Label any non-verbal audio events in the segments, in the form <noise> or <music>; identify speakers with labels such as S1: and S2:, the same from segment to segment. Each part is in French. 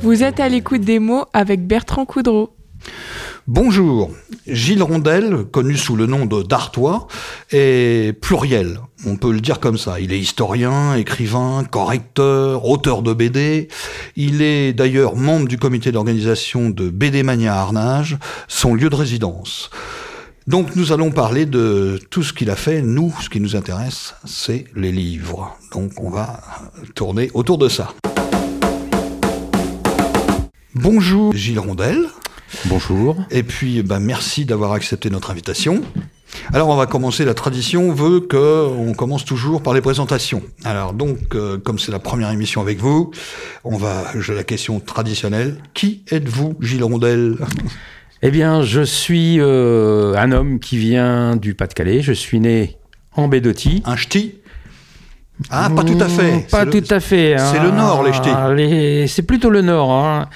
S1: Vous êtes à l'écoute des mots avec Bertrand Coudreau.
S2: Bonjour, Gilles Rondel, connu sous le nom de D'Artois, est pluriel, on peut le dire comme ça. Il est historien, écrivain, correcteur, auteur de BD. Il est d'ailleurs membre du comité d'organisation de BD Mania Arnage, son lieu de résidence. Donc nous allons parler de tout ce qu'il a fait. Nous, ce qui nous intéresse, c'est les livres. Donc on va tourner autour de ça. Bonjour Gilles Rondel.
S3: Bonjour.
S2: Et puis bah, merci d'avoir accepté notre invitation. Alors on va commencer, la tradition veut que on commence toujours par les présentations. Alors donc euh, comme c'est la première émission avec vous, on va j'ai la question traditionnelle, qui êtes-vous Gilles Rondel
S3: Eh bien, je suis euh, un homme qui vient du Pas-de-Calais. Je suis né en Bédotti.
S2: Un ch'ti Ah pas tout à fait.
S3: Mmh, Pas
S2: C'est
S3: tout
S2: le-
S3: à fait. hein.
S2: c'est le nord, les ch'tis.
S3: les- C'est plutôt le nord. hein.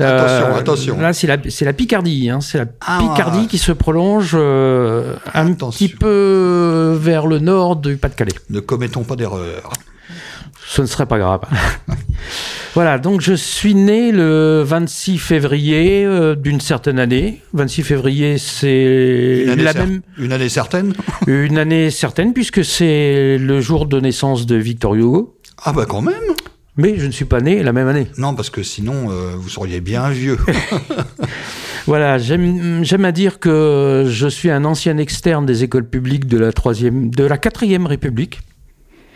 S3: Euh,
S2: Attention, attention.
S3: Là, c'est la, c'est la Picardie. hein. C'est la
S2: Ah.
S3: Picardie qui se prolonge euh, un
S2: Attention.
S3: petit peu vers le nord du Pas-de-Calais.
S2: Ne commettons pas d'erreur.
S3: Ce ne serait pas grave. <laughs> voilà, donc je suis né le 26 février euh, d'une certaine année. 26 février, c'est
S2: Une année,
S3: la
S2: cer-
S3: même
S2: une année certaine
S3: une année certaine puisque c'est le jour de naissance de Victor Hugo.
S2: Ah bah quand même
S3: Mais je ne suis pas né la même année.
S2: Non, parce que sinon, euh, vous seriez bien
S3: <laughs>
S2: vieux.
S3: Voilà, j'aime j'aime à dire que je suis un ancien externe des écoles publiques de la troisième, de la quatrième République,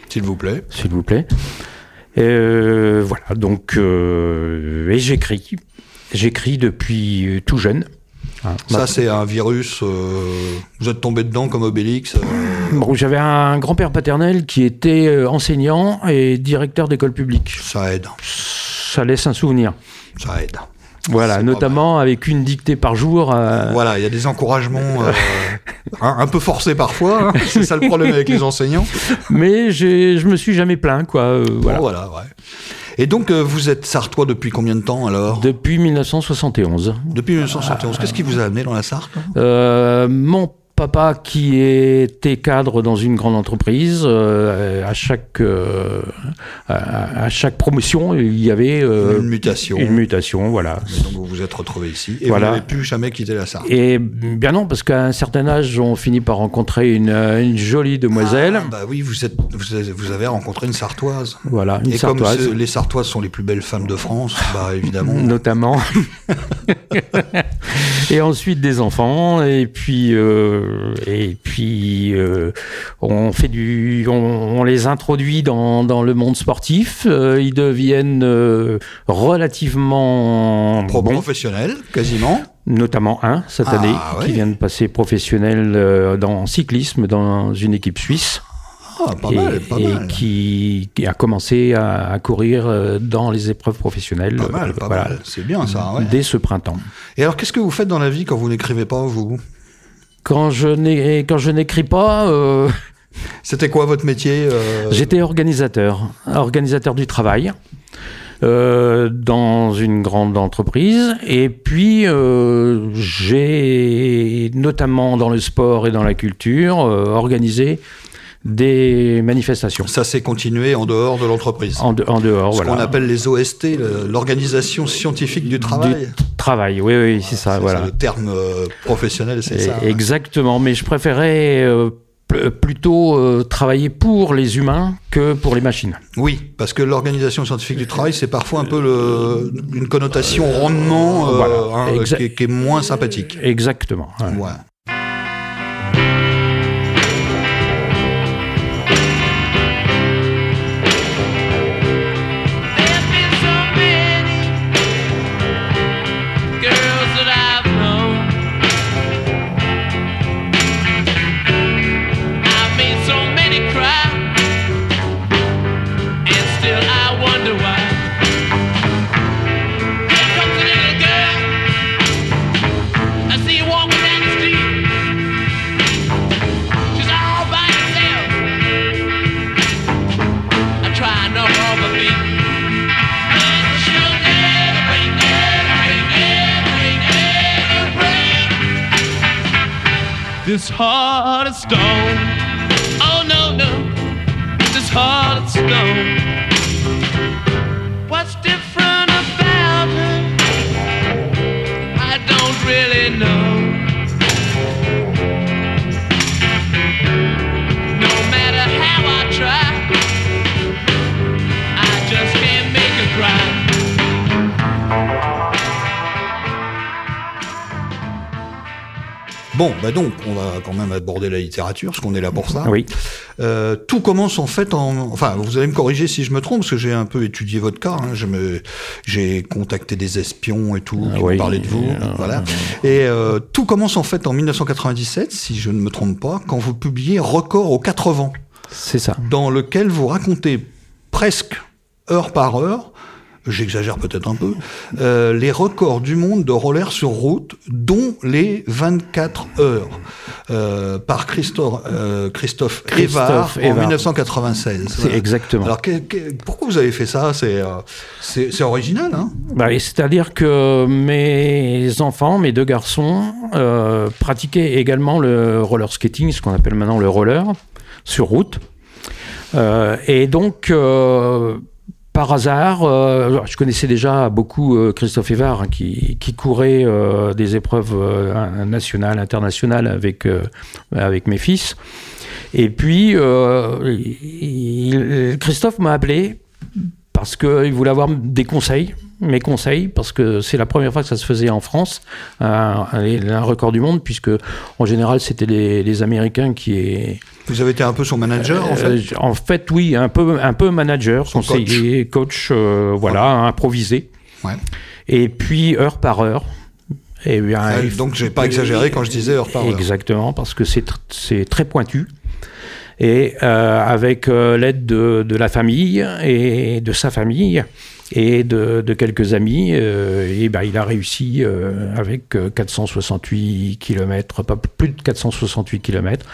S2: S'il vous plaît.
S3: s'il vous plaît. Euh, voilà, donc euh, et j'écris, j'écris depuis euh, tout jeune. Hein,
S2: Ça, c'est un virus. euh, vous êtes tombé dedans comme Obélix. euh,
S3: bah, Bon, J'avais un grand-père paternel qui était euh, enseignant et directeur d'école publique.
S2: ça aide.
S3: Ça laisse un souvenir.
S2: Ça aide.
S3: Voilà,
S2: C'est pas
S3: notamment avec une dictée par jour. euh,
S2: Voilà, il y a des encouragements euh, un, un peu forcés
S3: <laughs>
S2: parfois. hein. C'est ça le problème avec les enseignants.
S3: Mais j'ai- je me suis jamais plaint, quoi. euh, voilà.
S2: Bon, voilà, ouais. Et donc, euh, vous êtes sartois depuis combien de temps alors
S3: Depuis 1971.
S2: Depuis 1971. Qu'est-ce qui vous a amené dans la Sarthe hein
S3: Euh, mon papa, qui était cadre dans une grande entreprise, euh, à, chaque, euh, à, à chaque promotion, il y avait euh,
S2: Une mutation.
S3: une mutation, voilà.
S2: Et donc, vous vous êtes retrouvé ici et
S3: Voilà.
S2: vous n'avez plus jamais quitté la Sarthe.
S3: Et bien non, parce qu'à un certain âge, on finit par rencontrer une, euh, une jolie demoiselle.
S2: Ah, bah oui, vous, êtes, vous avez- vous avez rencontré une sartoise.
S3: Voilà, une
S2: Et
S3: sartoise,
S2: comme ce- les Sartoises sont les plus belles femmes de France, bah évidemment. <laughs>
S3: notamment. et ensuite des enfants. Et puis, euh, et puis euh, on, fait du, on, on les introduit dans, dans le monde sportif. Euh, ils deviennent euh, relativement
S2: Pro
S3: bons,
S2: professionnel, quasiment.
S3: notamment un cette
S2: Ah,
S3: année,
S2: ouais.
S3: qui vient de passer professionnel euh, dans, en cyclisme dans une équipe suisse.
S2: Ah, pas
S3: et,
S2: mal, pas
S3: et
S2: mal.
S3: Qui, qui a commencé à, à courir euh, dans les épreuves professionnelles.
S2: Pas mal,
S3: euh,
S2: pas
S3: voilà,
S2: mal. C'est bien ça, ouais.
S3: Dès ce printemps.
S2: Et alors, qu'est-ce que vous faites dans la vie quand vous n'écrivez pas, vous
S3: Quand je n'ai- quand je n'écris pas, euh,
S2: C'était quoi votre métier euh,
S3: j'étais organisateur, organisateur du travail euh, dans une grande entreprise. Et puis euh, j'ai notamment dans le sport et dans la culture euh, organisé des manifestations
S2: Ça s'est continué en dehors de l'entreprise.
S3: en, de- en dehors,
S2: Ce
S3: voilà.
S2: qu'on appelle les OST, le- l'Organisation Scientifique du Travail.
S3: Travail, oui, oui, c'est ça,
S2: C'est-
S3: voilà.
S2: c'est le terme euh, professionnel, c'est
S3: Et-
S2: ça. ouais.
S3: Exactement, mais je préférais euh, pl- plutôt euh, travailler pour les humains que pour les machines.
S2: Oui, parce que l'organisation scientifique du travail, c'est parfois un peu le, une connotation rendement euh,
S3: Voilà.
S2: hein,
S3: Exact-
S2: qui, est- qui est moins sympathique.
S3: Exactement. ouais.
S2: Voilà.
S4: There's been so many girls that I've known. I've made so many cry, and still I wonder why. There comes a little girl I see walking down the street. She's all by herself. I try no other beat. This heart is stone. Oh no no, this heart is stone. What's different about
S2: Bon, bah donc, on va quand même aborder la littérature, parce qu'on est là pour ça.
S3: Oui.
S2: Euh, tout commence en fait en. Enfin, vous allez me corriger si je me trompe, parce que j'ai un peu étudié votre cas. hein. Je me, j'ai contacté des espions et tout
S3: Ah
S2: qui
S3: oui,
S2: me parlaient de vous.
S3: euh,
S2: voilà. Et euh, tout commence en fait en 1997, si je ne me trompe pas, quand vous publiez Record aux 4 vents,
S3: C'est ça.
S2: dans lequel vous racontez presque heure par heure. J'exagère peut-être un peu, euh, les records du monde de roller sur route, dont les 24 heures, euh, par Christophe, euh, Christophe,
S3: Christophe
S2: Evard en
S3: Evard.
S2: 1996.
S3: C'est
S2: Voilà.
S3: exactement.
S2: Alors, que- que- pourquoi vous avez fait ça C'est euh, c'est- c'est original, hein
S3: Bah, et C'est-à-dire que mes enfants, mes deux garçons, euh, pratiquaient également le roller skating, ce qu'on appelle maintenant le roller, sur route. Euh, et donc, euh, par hasard, euh, je connaissais déjà beaucoup euh, Christophe Evard, hein, qui, qui courait euh, des épreuves euh, nationales, internationales avec, euh, avec mes fils. Et puis, euh, il- Christophe m'a appelé parce qu'il voulait avoir des conseils, mes conseils, parce que c'est la première fois que ça se faisait en France, un, un record du monde, puisque en général c'était les, les Américains qui...
S2: Vous avez été un peu son manager, en fait
S3: Euh, en fait, oui, un peu, un peu manager,
S2: Son
S3: conseiller, coach, euh, voilà, improvisé.
S2: Ouais.
S3: Et puis heure par heure. Et bien,
S2: Ouais,
S3: il faut-
S2: donc j'ai pas exagéré quand je disais heure par heure.
S3: Exactement, parce que c'est tr- c'est très pointu. Et euh, avec euh, l'aide de, de la famille et de sa famille et de, de quelques amis, euh, et ben, il a réussi euh, avec euh, 468 km, pas plus de 468 km,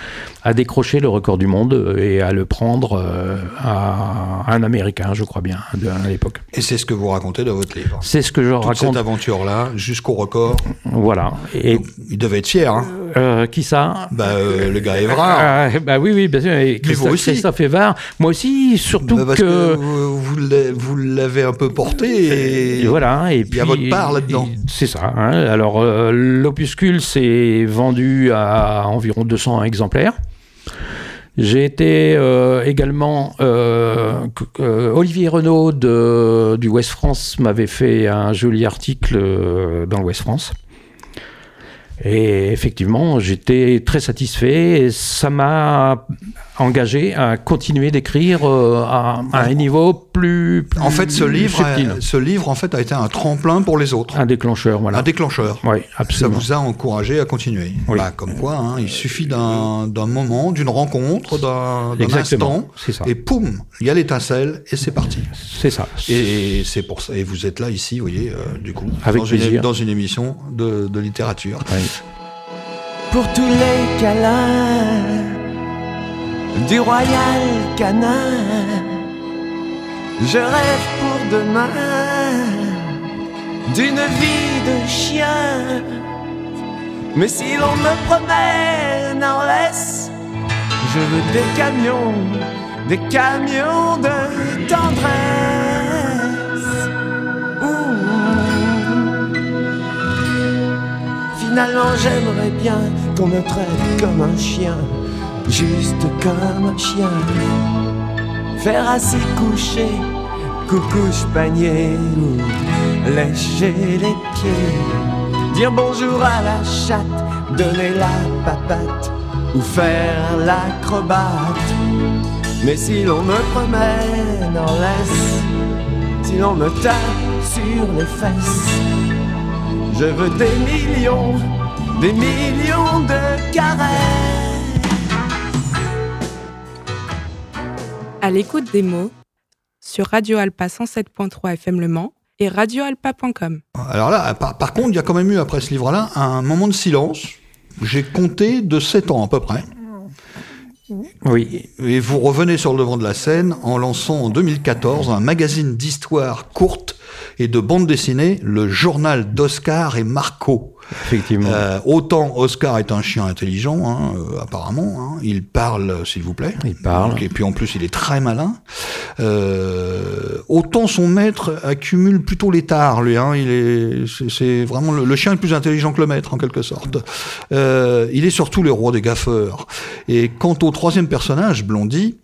S3: à décrocher le record du monde et à le prendre euh, à un Américain, je crois bien, de- à l'époque.
S2: Et c'est ce que vous racontez dans votre livre.
S3: C'est ce que je
S2: Toute
S3: raconte.
S2: cette aventure-là, jusqu'au record,
S3: Voilà. Et
S2: il devait être fier, hein
S3: euh, qui ça
S2: Bah, euh, le gars Evra.
S3: Ah, bah oui, oui, bien sûr. Et Christophe,
S2: vous aussi.
S3: Christophe Evard, moi aussi, surtout
S2: Bah, parce que,
S3: que.
S2: vous, vous l'a- vous l'avez un peu porté et...
S3: Et voilà, et
S2: il y a votre part là-dedans.
S3: et- C'est ça. hein. Alors, euh, l'opuscule s'est vendu à environ 200 exemplaires. J'ai été euh, également. euh, c- euh, Olivier Renaud de, du West France m'avait fait un joli article euh, dans le West France. Et effectivement, j'étais très satisfait et ça m'a engagé à continuer d'écrire euh, à, à un niveau plus,
S2: En fait, ce
S3: plus
S2: livre,
S3: subtil.
S2: a- ce livre, en fait, a été un tremplin pour les autres,
S3: Un déclencheur, voilà.
S2: un déclencheur.
S3: Oui,
S2: Ah, Ça
S3: absolument.
S2: vous a encouragé à continuer.
S3: Oui.
S2: Bah, comme quoi, hein, il suffit d'un d'un moment, d'une rencontre, d'un d'un
S3: Exactement.
S2: instant,
S3: C'est ça.
S2: et poum, il y a l'étincelle et c'est parti.
S3: C'est ça.
S2: Et c'est pour ça. Et vous êtes là ici, vous voyez, euh, du coup,
S3: Avec
S2: dans, une,
S3: plaisir.
S2: dans une émission de, de littérature.
S3: Oui.
S5: pour tous les câlins du royal canin. Je rêve pour demain d'une vie de chien. Mais si l'on me promène en laisse, je veux des camions, des camions de tendresse. Ouh. Finalement j'aimerais bien qu'on me traite comme un chien, juste comme un chien. Faire assis couché, coucouche panier ou lécher les pieds. Dire bonjour à la chatte, donner la papate ou faire l'acrobate. Mais si l'on me promène en laisse, si l'on me tape sur les fesses, je veux des millions, des millions de caresses.
S1: À l'écoute des mots sur Radio Alpa 107.3 FM Le Mans et radioalpa.com.
S2: Alors là, par, par contre, il y a quand même eu après ce livre-là un moment de silence. J'ai compté de 7 ans à peu près.
S3: Oui.
S2: Et vous revenez sur le devant de la scène en lançant en 2014 un magazine d'histoire courte et de bande dessinée, le journal d'Oscar et Marco.
S3: effectivement.
S2: Euh, autant Oscar est un chien intelligent, hein, euh, apparemment. hein. Il parle, euh, s'il vous plaît.
S3: Il parle.
S2: Donc, et puis en plus, il est très malin. Euh, autant son maître accumule plutôt les tares, lui. Hein, il est, c'est- c'est vraiment le, le chien est plus intelligent que le maître en quelque sorte. Euh, il est surtout le roi des gaffeurs. Et quant au troisième personnage, Blondie,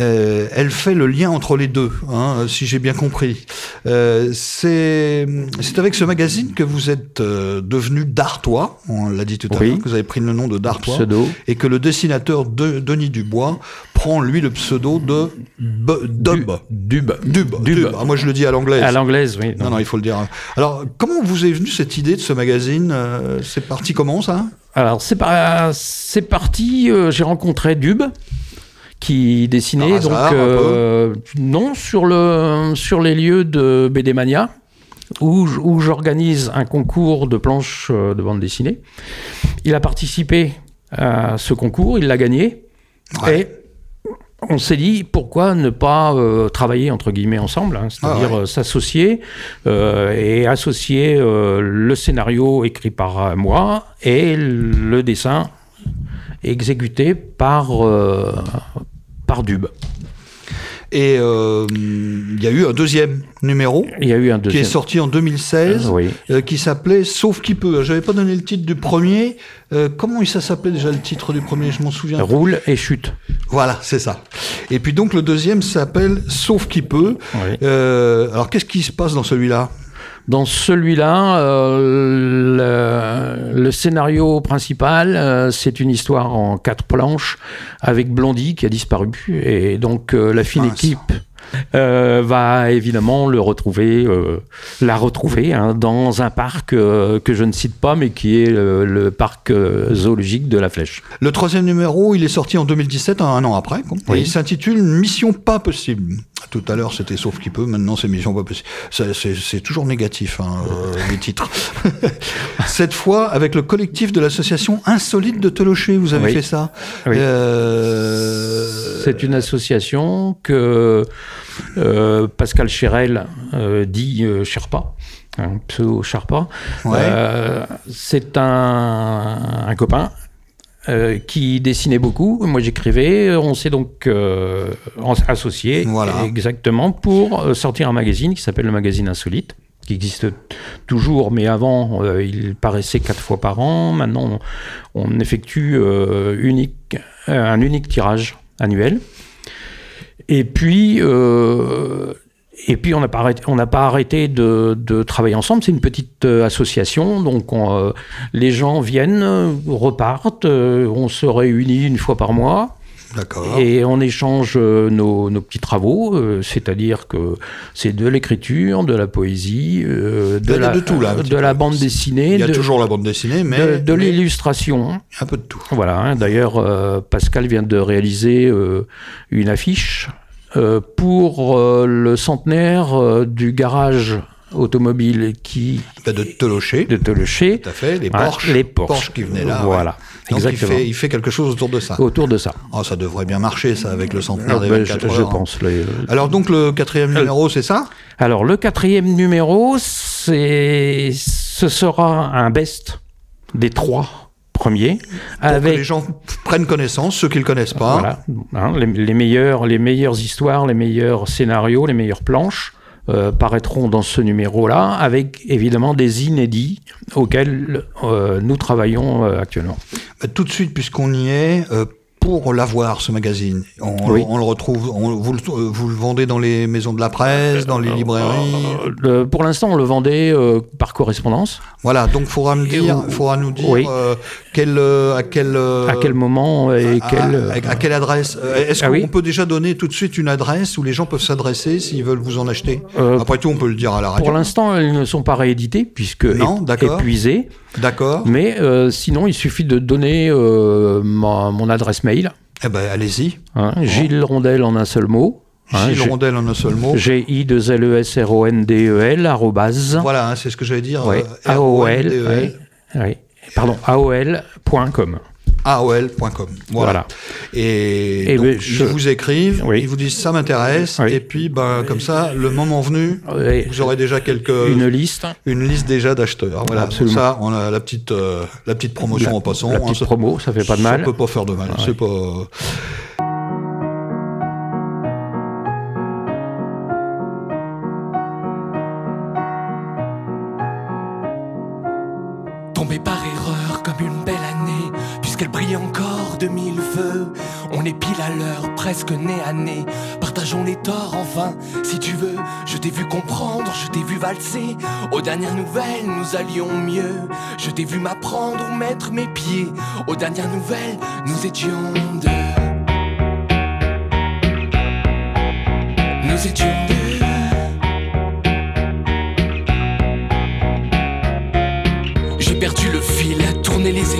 S2: euh, elle fait le lien entre les deux, hein, si j'ai bien compris. Euh, c'est c'est avec ce magazine que vous êtes euh, devenu Dartois. On l'a dit tout à
S3: Oui.
S2: l'heure que vous avez pris le nom de Dartois
S3: Pseudo.
S2: et que le dessinateur de Denis Dubois prend lui le pseudo de B- Dub.
S3: Dub.
S2: Dub.
S3: Dub.
S2: Dub. Ah, moi je le dis à l'anglaise.
S3: À l'anglaise, oui.
S2: Non, non, il faut le dire. Alors, comment vous est venue cette idée de ce magazine Euh, C'est parti comment ça
S3: Alors, c'est par- c'est parti. euh, J'ai rencontré Dub qui dessinait
S2: Par hasard,
S3: donc
S2: un
S3: euh, non sur le sur les lieux de BD Mania où j- où j'organise un concours de planches euh, de bande dessinée. Il a participé à ce concours, il l'a gagné
S2: Ouais.
S3: et on s'est dit pourquoi ne pas euh, travailler entre guillemets ensemble, hein, c'est-à-dire
S2: Ah ouais.
S3: euh, s'associer euh, et associer euh, le scénario écrit par euh, moi et le dessin exécuté par euh, par Dub.
S2: Et euh, il y a eu un deuxième numéro
S3: Il y a eu un
S2: qui est
S3: deuxième.
S2: sorti en 2016.
S3: Oui.
S2: euh, qui s'appelait Sauf qui peut. J'avais pas donné le titre du premier. Euh, comment ça s'appelait déjà le titre du premier Je m'en souviens.
S3: Roule et chute.
S2: Voilà, c'est ça. Et puis donc le deuxième s'appelle Sauf qui peut.
S3: Oui.
S2: Euh, alors qu'est-ce qui se passe dans celui-là
S3: Dans celui-là, euh, le, le scénario principal, euh, c'est une histoire en quatre planches avec Blondie qui a disparu. Et donc euh, la fine
S2: Mince.
S3: équipe euh, va évidemment le retrouver, euh, la retrouver hein, dans un parc euh, que je ne cite pas, mais qui est euh, le parc euh, zoologique de la Flèche.
S2: Le troisième numéro, il est sorti en 2017, un, un an après. quoi.
S3: Oui.
S2: Et il s'intitule Mission pas possible. Tout à l'heure, c'était sauf qui peut. Maintenant, c'est Mission pas possible. Ça, C'est c'est toujours négatif, hein, euh, les
S3: <laughs>
S2: titres. Cette fois, avec le collectif de l'association Insolite de Telocher, vous avez
S3: Oui.
S2: fait ça.
S3: Oui.
S2: Euh,
S3: C'est une association que euh, Pascal Chérel euh, dit euh, Sherpa, un pseudo Sherpa.
S2: Ouais.
S3: Euh, c'est un, un copain. euh, qui dessinait beaucoup, moi j'écrivais, on s'est donc euh, en- associés
S2: Voilà.
S3: exactement pour euh, sortir un magazine qui s'appelle le magazine Insolite, qui existe toujours, mais avant euh, il paraissait quatre fois par an, maintenant on, on effectue euh, unique, euh, un unique tirage annuel. Et puis, euh, et puis on n'a pas arrêté, on n'a pas arrêté de, de travailler ensemble. C'est une petite euh, association, donc on, euh, les gens viennent, euh, repartent, euh, on se réunit une fois par mois
S2: D'accord.
S3: et on échange euh, nos, nos petits travaux, euh, c'est-à-dire que c'est de l'écriture, de la poésie, euh, de,
S2: Il y a
S3: la,
S2: de tout, là, un petit
S3: de la
S2: peu.
S3: bande dessinée,
S2: Il y a
S3: de,
S2: toujours la bande dessinée, mais,
S3: de- de
S2: mais
S3: l'illustration.
S2: un peu de tout.
S3: Voilà, hein. d'ailleurs, euh, Pascal vient de réaliser euh, une affiche euh, pour euh, le centenaire euh, du garage automobile qui
S2: Bah, de Telocher,
S3: de Telocher.
S2: tout à fait. Les
S3: Hein,
S2: Porsche,
S3: les Porsche.
S2: qui venaient là.
S3: Voilà,
S2: ouais. Donc, il
S3: exactement.
S2: fait, il fait quelque chose autour de ça.
S3: Autour de ça,
S2: Oh, ça devrait bien marcher, ça, avec le centenaire des
S3: Ah, ben, je,
S2: 24 heures.
S3: je
S2: hein.
S3: pense. Euh, les- euh,
S2: Alors donc le quatrième numéro, c'est ça
S3: Alors, le quatrième numéro, c'est ce sera un best des trois premiers
S2: Pour que
S3: avec
S2: les gens prennent connaissance, ceux qui ne le connaissent pas.
S3: Voilà, hein, les, les meilleures, les meilleures histoires, les meilleurs scénarios, les meilleures planches euh, paraîtront dans ce numéro-là, avec évidemment des inédits auxquels euh, nous travaillons euh, actuellement.
S2: Bah, tout de suite, puisqu'on y est, euh, pour l'avoir, ce magazine. On,
S3: Oui.
S2: on le retrouve, on- vous, le, euh, vous le vendez dans les maisons de la presse, dans les librairies.
S3: Euh, le- pour l'instant, on le vendait euh, par correspondance.
S2: Voilà, donc faudra, me
S3: Et
S2: dire,
S3: on-
S2: faudra nous dire
S3: Oui.
S2: euh, quel, euh, à quel... euh,
S3: à quel moment et
S2: à-
S3: quel
S2: à- à quelle adresse Euh, Est-ce
S3: Ah
S2: qu'on
S3: oui.
S2: peut déjà donner tout de suite une adresse où les gens peuvent s'adresser s'ils veulent vous en acheter
S3: Euh,
S2: Après tout, on peut le dire à la
S3: Pour
S2: radio.
S3: l'instant, elles ne sont pas rééditées puisque
S2: Non,
S3: ép-
S2: d'accord.
S3: épuisées.
S2: D'accord
S3: Mais euh, sinon, il suffit de donner euh, ma- mon adresse mail.
S2: Eh ben, allez-y.
S3: hein, Gilles Rondel en un seul mot. hein,
S2: Gilles
S3: G-
S2: Rondel en un seul mot.
S3: G-I-2-L-E-S-R-O-N-D-E-L, arrobase.
S2: Voilà, hein, c'est ce que j'allais dire.
S3: Ouais,
S2: euh,
S3: AOL.
S2: R-O-N-D-E-L.
S3: ouais, ouais. Pardon, AOL.com.
S2: euh, AOL.com. Voilà.
S3: Voilà.
S2: Et,
S3: Eh
S2: donc,
S3: ben, je-
S2: ils vous écrivent,
S3: Oui.
S2: ils vous disent ça m'intéresse,
S3: Oui.
S2: et puis ben, comme ça, le moment venu,
S3: Ouais,
S2: vous aurez euh, déjà quelques,
S3: Une
S2: une,
S3: liste,
S2: liste déjà d'acheteurs. Voilà,
S3: Absolument.
S2: ça, on a la petite, euh, la petite promotion en passant.
S3: la
S2: hein,
S3: petite
S2: ça-
S3: promo, ça fait pas de
S2: ça
S3: mal.
S2: peut pas faire de mal. C'est pas.
S5: Puis encore de mille feux, on est pile à l'heure, presque nez à nez. Partageons les torts enfin, si tu veux. Je t'ai vu comprendre, je t'ai vu valser. Aux dernières nouvelles, nous allions mieux. Je t'ai vu m'apprendre où mettre mes pieds. Aux dernières nouvelles, nous étions deux. Nous étions deux. J'ai perdu le fil, tourné les aiguilles.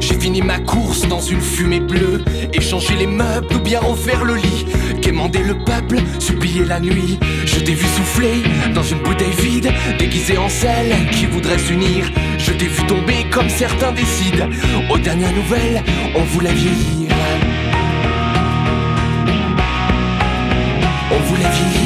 S5: J'ai fini ma course dans une fumée bleue. Échanger les meubles ou bien refaire le lit. Quémander le peuple, supplier la nuit. Je t'ai vu souffler dans une bouteille vide, déguisée en celle qui voudrait s'unir. Je t'ai vu tomber comme certains décident. Aux dernières nouvelles, on voulait vieillir. On voulait vieillir.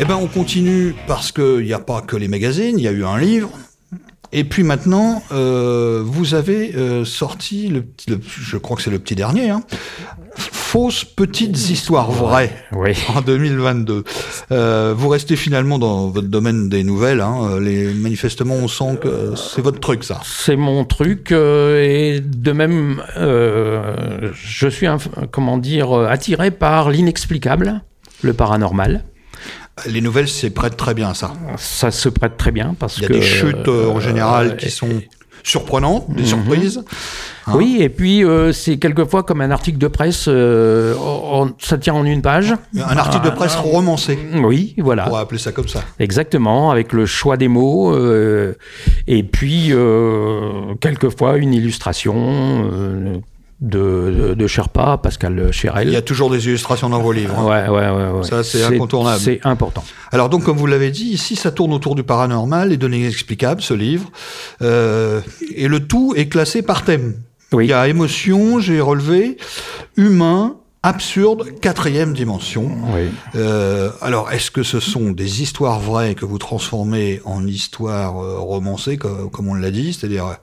S2: Eh ben, on continue parce qu'il n'y a pas que les magazines, il y a eu un livre. Et puis maintenant, euh, vous avez euh, sorti, le, petit- le- je crois que c'est le petit dernier, hein, Fausses petites histoires vraies
S3: Oui.
S2: en 2022. Euh, vous restez finalement dans votre domaine des nouvelles. Hein, les, manifestement, on sent que c'est votre truc, ça.
S3: C'est mon truc euh, et de même, euh, je suis inf- comment dire euh, attiré par l'inexplicable, le paranormal.
S2: Les nouvelles, c'est prête très bien à ça.
S3: Ça se prête très bien parce
S2: Il y a
S3: que
S2: des chutes euh, en
S3: euh, Mhm.
S2: général qui
S3: et-
S2: sont surprenantes, des surprises. hein.
S3: Oui, et puis euh, c'est quelquefois comme un article de presse, euh, on- ça tient en une page.
S2: Un article
S3: Ah,
S2: de presse romancé,
S3: Oui, voilà.
S2: on va appeler ça comme ça.
S3: Exactement, avec le choix des mots euh, et puis euh, quelquefois une illustration euh, de, de, de Sherpa, Pascal Chérel.
S2: Ah, Il y a toujours des illustrations dans vos livres. hein.
S3: Euh, Ouais, ouais, ouais, ouais.
S2: Ça, c'est incontournable.
S3: C'est important.
S2: Alors donc, comme vous l'avez dit, ici, ça tourne autour du paranormal et de l'inexplicable, ce livre. Euh, et le tout est classé par thème.
S3: Oui.
S2: Il y a émotion, j'ai relevé, humain, absurde, quatrième dimension.
S3: Oui.
S2: Euh, alors, est-ce que ce sont des histoires vraies que vous transformez en histoires euh, romancées, co- comme on l'a dit C'est-à-dire, euh,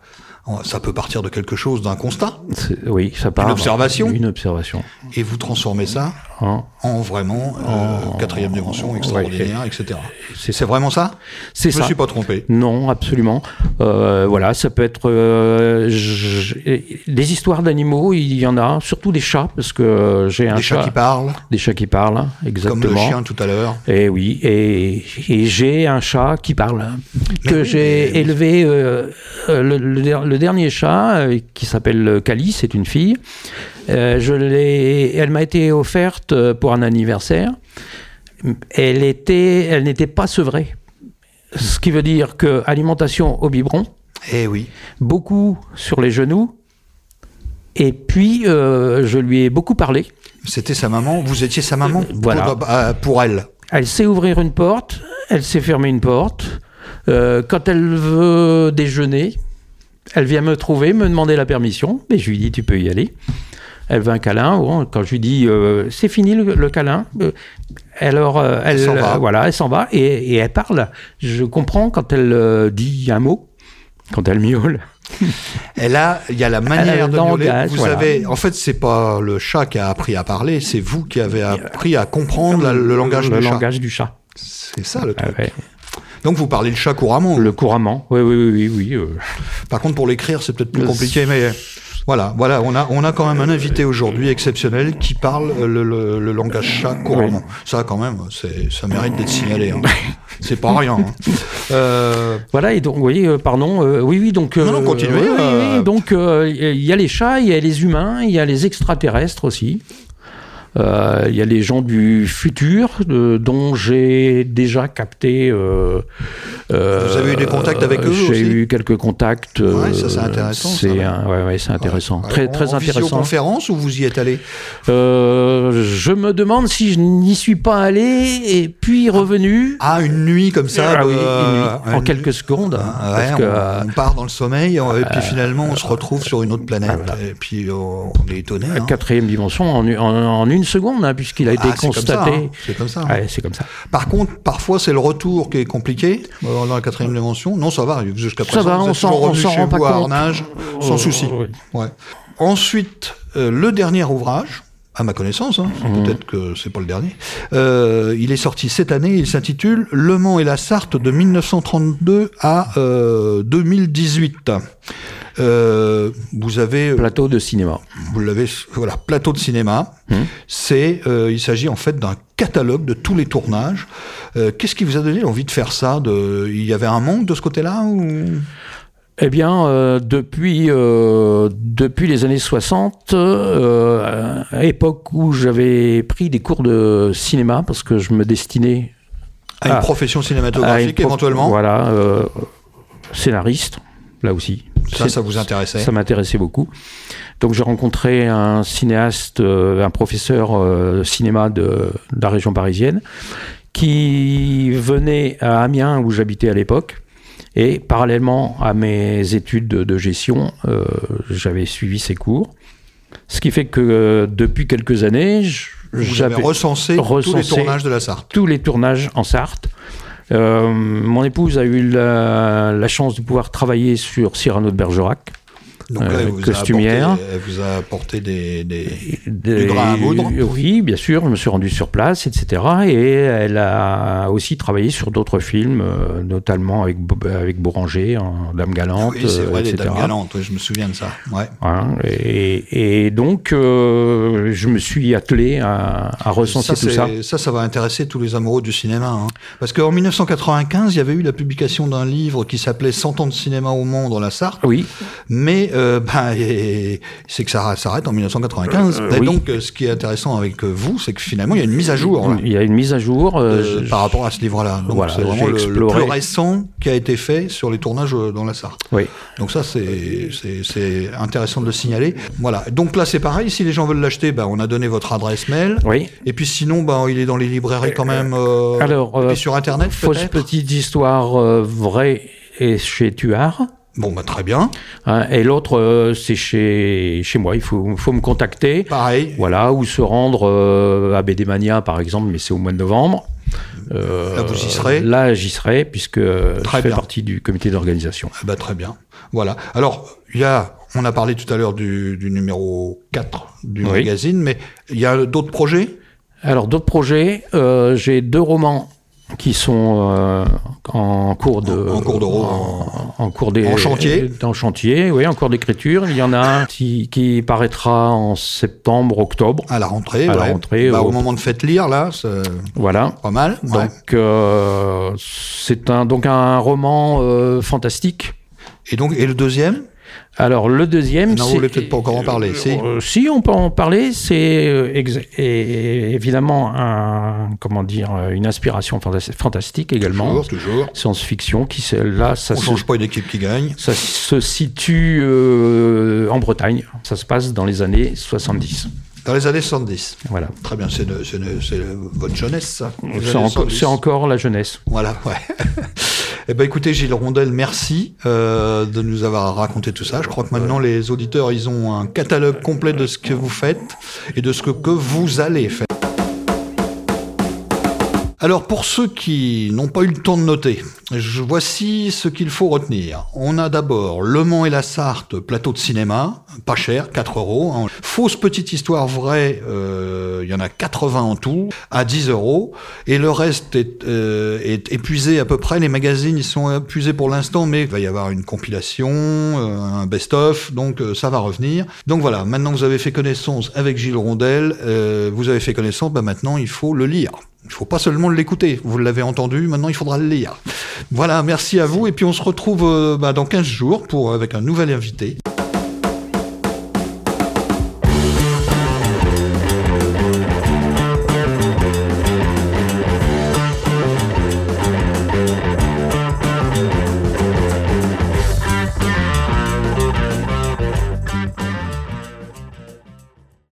S2: en- ça peut partir de quelque chose, d'un constat,
S3: C'est- Oui, ça part.
S2: observation.
S3: Une observation.
S2: et vous transformez ça
S3: hein.
S2: en vraiment euh,
S3: En-
S2: quatrième dimension,
S3: ouais.
S2: extraordinaire, etc.
S3: C'est
S2: C'est vraiment ça
S3: C'est
S2: Je
S3: ça.
S2: me suis pas trompé.
S3: Non, absolument. Euh, voilà, ça peut être euh, j- j- des histoires d'animaux. Il y en a, surtout des chats, parce que euh, j'ai un
S2: Des chats
S3: chat,
S2: qui parlent,
S3: des chats qui parlent, hein, exactement.
S2: comme le chien tout à l'heure.
S3: Et Eh oui, et, et j'ai un chat qui parle, hein, que j'ai élevé, euh, euh, le, le der- le dernier chat, euh, qui s'appelle Cali, c'est une fille, Euh, je l'ai, elle m'a été offerte euh, pour un anniversaire, elle était, elle n'était pas sevrée, ce qui veut dire que alimentation au biberon,
S2: Eh oui.
S3: beaucoup sur les genoux, et puis euh, je lui ai beaucoup parlé,
S2: C'était sa maman, vous étiez sa maman
S3: Voilà.
S2: pour, euh, pour elle.
S3: Elle sait ouvrir une porte, elle sait fermer une porte. Euh, quand elle veut déjeuner, elle vient me trouver, me demander la permission, mais je lui dis tu peux y aller. Elle veut un câlin. Bon, quand je lui dis euh, c'est fini le, le câlin, euh, alors euh, elle,
S2: s'en va.
S3: euh, voilà, elle s'en va et, et elle parle. Je comprends quand elle euh, dit un mot, quand elle miaule.
S2: Et là, il y a la
S3: Elle a
S2: manière
S3: le
S2: de violer.
S3: langage,
S2: vous
S3: voilà.
S2: avez, en fait, c'est pas le chat qui a appris à parler, c'est vous qui avez appris à comprendre la- le langage
S3: Euh, le
S2: du chat.
S3: langage du chat.
S2: C'est ça le
S3: Ah
S2: truc.
S3: ouais.
S2: Donc vous parlez le chat couramment.
S3: Le couramment. Oui, oui, oui, oui. oui, euh.
S2: Par contre, pour l'écrire, c'est peut-être plus
S3: Le-
S2: compliqué, mais euh, voilà, voilà, on a, on a quand même un invité aujourd'hui exceptionnel qui parle euh, le, le- le langage chat couramment. Ça, quand même, c'est, ça mérite d'être signalé.
S3: <laughs>
S2: hein. c'est pas rien. hein. Euh,
S3: Voilà, et donc, oui, euh, pardon, euh, oui, oui, donc.
S2: non, continuez,
S3: oui, oui,
S2: euh.
S3: oui, donc, euh, il y a les chats, il y a les humains, il y a les extraterrestres aussi. Euh, Il y a les gens du futur, euh, dont j'ai déjà capté. euh, euh,
S2: Vous avez eu des contacts avec eux
S3: J'ai
S2: aussi
S3: eu quelques contacts. euh,
S2: Ouais, ça, c'est intéressant, ça,
S3: C'est
S2: ouais.
S3: un- ouais, ouais, c'est intéressant.
S2: ouais,
S3: Très,
S2: en-
S3: très
S2: en
S3: intéressant.
S2: visioconférence ou vous y êtes allé
S3: Euh, je me demande si je n'y suis pas allé et puis revenu.
S2: Ah, une nuit comme ça
S3: Ah
S2: de- euh,
S3: oui, une nuit, en
S2: une-
S3: quelques secondes.
S2: Ah,
S3: parce
S2: ouais,
S3: que,
S2: on,
S3: euh,
S2: on part dans le sommeil euh, et puis finalement on se retrouve sur une autre planète et puis euh, on, on est étonné.
S3: Euh,
S2: hein.
S3: quatrième dimension en, en- en une seconde, hein, puisqu'il a
S2: Ah,
S3: été
S2: c'est comme ça, hein.
S3: constaté.
S2: C'est comme ça. hein.
S3: Ouais, c'est comme ça.
S2: Par contre, parfois, c'est le retour qui est compliqué euh, dans la quatrième dimension. Non, ça va, jusqu'à présent,
S3: va,
S2: vous
S3: on
S2: êtes
S3: s'en-
S2: toujours
S3: on
S2: revenu
S3: s'en
S2: chez
S3: rend pas
S2: vous à
S3: compte.
S2: Arnage, sans
S3: Euh,
S2: souci.
S3: oui.
S2: Ouais. Ensuite, euh, le dernier ouvrage, à ma connaissance, hein,
S3: Mhm.
S2: peut-être que c'est pas le dernier. Euh, il est sorti cette année, il s'intitule Le Mans et la Sarthe de 1932 à euh, 2018. Euh, vous avez
S3: Plateau de cinéma.
S2: vous l'avez, voilà, plateau de cinéma.
S3: Mhm.
S2: C'est, euh, il s'agit en fait d'un catalogue de tous les tournages. Euh, Qu'est-ce qui vous a donné envie de faire ça de, Il y avait un manque de ce côté-là ou
S3: Eh bien, euh, depuis, euh, depuis les années 60, euh, à époque où j'avais pris des cours de cinéma, parce que je me destinais
S2: à une
S3: Ah.
S2: profession
S3: à
S2: cinématographique
S3: une prof-
S2: éventuellement
S3: Voilà, euh, scénariste, là aussi.
S2: Ça,
S3: C'est-
S2: ça vous intéressait
S3: Ça m'intéressait beaucoup. Donc j'ai rencontré un cinéaste, euh, un professeur euh, cinéma de, de la région parisienne, qui venait à Amiens où j'habitais à l'époque. Et parallèlement à mes études de, de gestion, euh, j'avais suivi ses cours. Ce qui fait que euh, depuis quelques années, je-
S2: J'avais
S3: j'avais
S2: recensé, tous les
S3: recensé-
S2: tournages de la Sarthe.
S3: tous les tournages en Sarthe. Euh, mon épouse a eu la, la chance de pouvoir travailler sur Cyrano de Bergerac.
S2: Donc
S3: Euh,
S2: là, elle vous a
S3: costumière.
S2: apporté- elle vous a apporté des, des-
S3: Du
S2: drap à moudre.
S3: Oui, bien sûr, je me suis rendu sur place, etc. Et elle a aussi travaillé sur d'autres films, euh, notamment avec, Bo- avec Bouranger, en Dame Galante,
S2: Oui, c'est vrai,
S3: euh,
S2: les
S3: etc.
S2: dames galantes, oui, je me souviens de ça. Ouais.
S3: Hein, et, et donc, euh, je me suis attelé à, à recenser
S2: Ça,
S3: tout
S2: c'est-
S3: ça.
S2: ça, ça va intéresser tous les amoureux du cinéma. hein. Parce qu'en 1995, il y avait eu la publication d'un livre qui s'appelait « 100 ans de cinéma au monde dans la Sarthe
S3: Oui, ».
S2: Mais euh, <laughs> bah, et- c'est que ça s'arrête en 1995.
S3: Euh,
S2: et
S3: oui.
S2: donc, euh, ce qui est intéressant avec euh, vous, c'est que finalement, il y a une mise à jour là,
S3: il y a une mise à jour. euh,
S2: euh,
S3: je-
S2: par rapport à ce livre-là. Donc,
S3: Voilà,
S2: c'est
S3: j'ai
S2: vraiment le- le,
S3: exploré.
S2: plus récent qui a été fait sur les tournages euh, dans la Sarthe.
S3: oui.
S2: Donc ça, c'est- c'est c'est intéressant de le signaler. Voilà. Donc là, c'est pareil. Si les gens veulent l'acheter, bah, on a donné votre adresse mail.
S3: oui.
S2: Et puis sinon, bah, il est dans les librairies quand même. euh,
S3: Alors,
S2: et
S3: euh,
S2: puis sur Internet,
S3: Fausse
S2: peut-être.
S3: petite histoire euh, vraie et chez Tuard.
S2: Bon, bah, très bien.
S3: hein, et l'autre, euh, c'est chez, chez moi. Il faut, faut me contacter.
S2: Pareil.
S3: Voilà, ou se rendre euh, à BD Mania, par exemple, mais c'est au mois de novembre. Euh,
S2: Là, vous y serez.
S3: Là, j'y serai, puisque euh, je
S2: Très
S3: fais
S2: bien.
S3: partie du comité d'organisation.
S2: Ah Bah, très bien. Voilà. Alors, il y a, on a parlé tout à l'heure du, du numéro 4 du
S3: Oui.
S2: magazine, mais il y a d'autres projets
S3: Alors, d'autres projets, euh, j'ai deux romans qui sont euh, en cours de
S2: En- en cours de-
S3: en, en cours des
S2: en chantier.
S3: en chantier oui en cours d'écriture il y en a un qui, qui paraîtra en septembre octobre
S2: à la rentrée.
S3: À la
S2: ouais.
S3: rentrée,
S2: Bah,
S3: au-
S2: Au moment de fête lire, là, c'est
S3: voilà
S2: pas mal. ouais.
S3: donc euh, c'est un donc un roman euh, fantastique
S2: Et donc, et le deuxième
S3: Alors le deuxième,
S2: Non, vous
S3: c'est-
S2: voulez peut-être pas encore en parler, si.
S3: Euh, si, on peut en parler. C'est euh, exa- et- et évidemment un comment dire euh, une inspiration fantas- fantastique également,
S2: Toujours, toujours.
S3: science-fiction qui c'est- là ça
S2: on
S3: se,
S2: change pas une équipe qui gagne.
S3: ça se situe euh, en Bretagne. Ça se passe dans les années 70.
S2: Dans les années 70.
S3: Voilà.
S2: Très bien, c'est de- c'est de- c'est de votre jeunesse, ça. Les
S3: C'est
S2: années
S3: encore,
S2: 70.
S3: c'est encore la jeunesse.
S2: Voilà, ouais. <laughs> Eh ben écoutez, Gilles Rondel, merci euh, de nous avoir raconté tout ça. Je crois que maintenant, les auditeurs, ils ont un catalogue complet de ce que vous faites et de ce que, que vous allez faire. Alors, pour ceux qui n'ont pas eu le temps de noter, je, voici ce qu'il faut retenir. On a d'abord Le Mans et la Sarthe, plateau de cinéma, pas cher, 4 euros. hein. Fausse petite histoire vraie, euh, il y en a 80 en tout, à 10 euros. Et le reste est, euh, est épuisé à peu près. Les magazines, ils sont épuisés pour l'instant, mais il va y avoir une compilation, euh, un best-of, donc euh, ça va revenir. Donc voilà, maintenant vous avez fait connaissance avec Gilles Rondel, euh, vous avez fait connaissance, bah maintenant il faut le lire. Il faut pas seulement l'écouter, vous l'avez entendu, maintenant il faudra le ben, lire. Voilà, merci à vous, et puis on se retrouve euh, bah, dans 15 jours pour, avec un nouvel invité.